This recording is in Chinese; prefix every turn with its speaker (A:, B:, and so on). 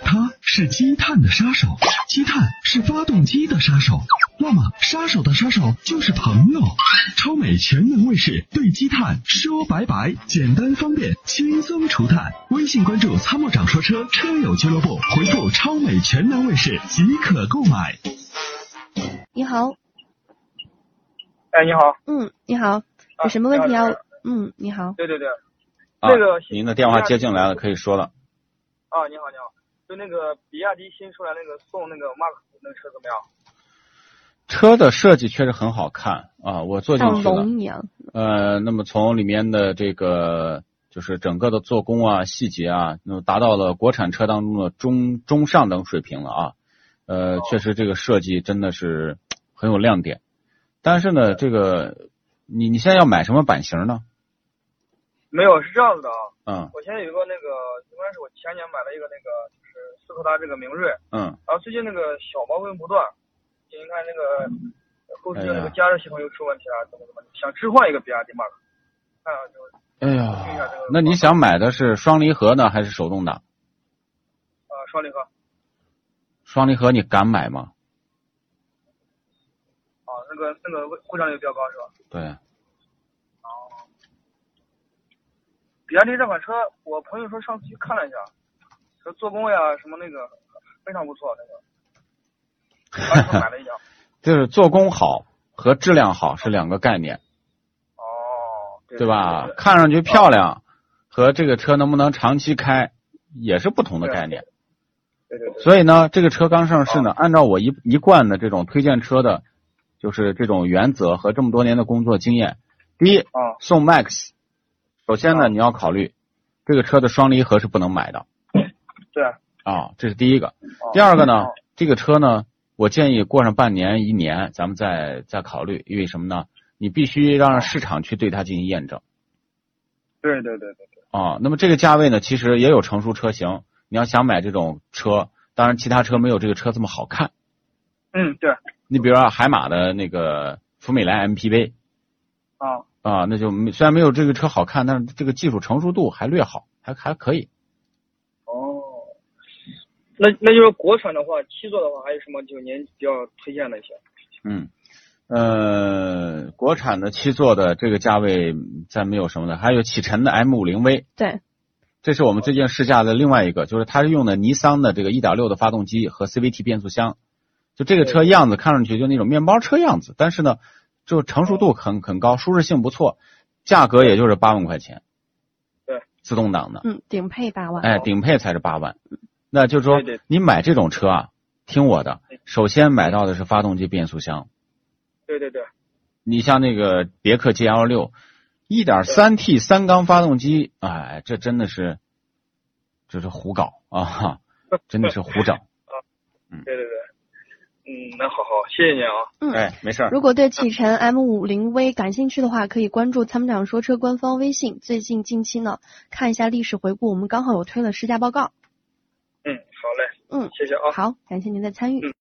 A: 它是积碳的杀手，积碳是发动机的杀手。那么，杀手的杀手就是朋友。超美全能卫士对积碳说拜拜，简单方便，轻松除碳。微信关注“参谋长说车”车友俱乐部，回复“超美全能卫士”即可购买。
B: 你好，
C: 哎，你好，
B: 嗯，你好，
C: 啊
B: 有什么问题
C: 你
B: 啊
C: 好？
B: 嗯，你好，
C: 对对对，
D: 啊
C: 那个
D: 您的电话接进来了，可以说了。
C: 啊，你好你好，就那个比亚迪新出来那个宋那个马克五那个车怎么样？
D: 车的设计确实很好看啊，我坐进
B: 像
D: 去了。
B: 龙一样。
D: 呃，那么从里面的这个就是整个的做工啊、细节啊，那么达到了国产车当中的中中上等水平了啊。呃，确实这个设计真的是很有亮点。但是呢，这个你你现在要买什么版型呢？
C: 没有，是这样子的啊，
D: 嗯
C: 我现在有一个那个应该是我前年买了一个那个就是斯柯达这个明锐，
D: 嗯，
C: 然后最近那个小毛病不断，您看那个后视镜那
D: 哎
C: 个
D: 呀
C: 加热系统又出问题了，怎么怎么，想置换一个比亚迪马克，看啊看这个
D: 哎呀，那你想买的是双离合呢，还是手动挡？
C: 呃双离合
D: 双离合你敢买吗？
C: 啊，那个那个故障率比较高是吧？
D: 对，
C: 比亚迪这款车，我朋友说上次去看了一下，说做工呀什么那个非常不错，那个，当时买了一辆。
D: 就是做工好和质量好是两个概念。
C: 哦，对
D: 对吧
C: 对？对
D: 看上去漂亮和这个车能不能长期开也是不同的概念。
C: 对对对，
D: 所以呢，这个车刚上市呢，按照我一一贯的这种推荐车的，就是这种原则和这么多年的工作经验，第一，
C: 啊
D: 宋 MAX，首先呢
C: 啊
D: 你要考虑这个车的双离合是不能买的
C: 对。
D: 啊，这是第一个。
C: 哦
D: 第二个呢
C: 哦，
D: 这个车呢，我建议过上半年一年，咱们再再考虑，因为什么呢？你必须让市场去对它进行验证。
C: 对对对对对，
D: 啊，那么这个价位呢，其实也有成熟车型。你要想买这种车，当然其他车没有这个车这么好看。
C: 嗯对，
D: 你比如说海马的那个福美来 MPV
C: 啊
D: 啊，那就没虽然没有这个车好看，但是这个技术成熟度还略好，还还可以。
C: 哦，那那就是国产的话，七座的话还有什么就您比较推荐的一些？
D: 嗯，呃，国产的七座的这个价位再没有什么的，还有启辰的 M 五零 V，
B: 对，
D: 这是我们最近试驾的另外一个，就是它是用的尼桑的这个1.6的发动机和 CVT 变速箱，就这个车样子看上去就那种面包车样子，但是呢，就成熟
C: 哦
D: 度很很高，舒适性不错，价格也就是八万块钱，
C: 对，哦
D: 自动挡的，
B: 嗯，顶配八万。
D: 哎，顶配才是八万，那就是说
C: 对对
D: 你买这种车啊，听我的，首先买到的是发动机变速箱，
C: 对对对，
D: 你像那个别克 GL 六，一点三 T 三缸发动机，哎，这真的是，这是胡搞啊，真的是胡整。
C: 对对对，嗯，那好好，谢谢您啊。
B: 嗯，
D: 哎，没事儿，
B: 如果对启辰 M 五零 V 感兴趣的话，可以关注参谋长说车官方微信。最近近期呢，看一下历史回顾，我们刚好有推了试驾报告。
C: 嗯，好嘞，
B: 嗯，
C: 谢谢啊。
B: 好，感谢您的参与。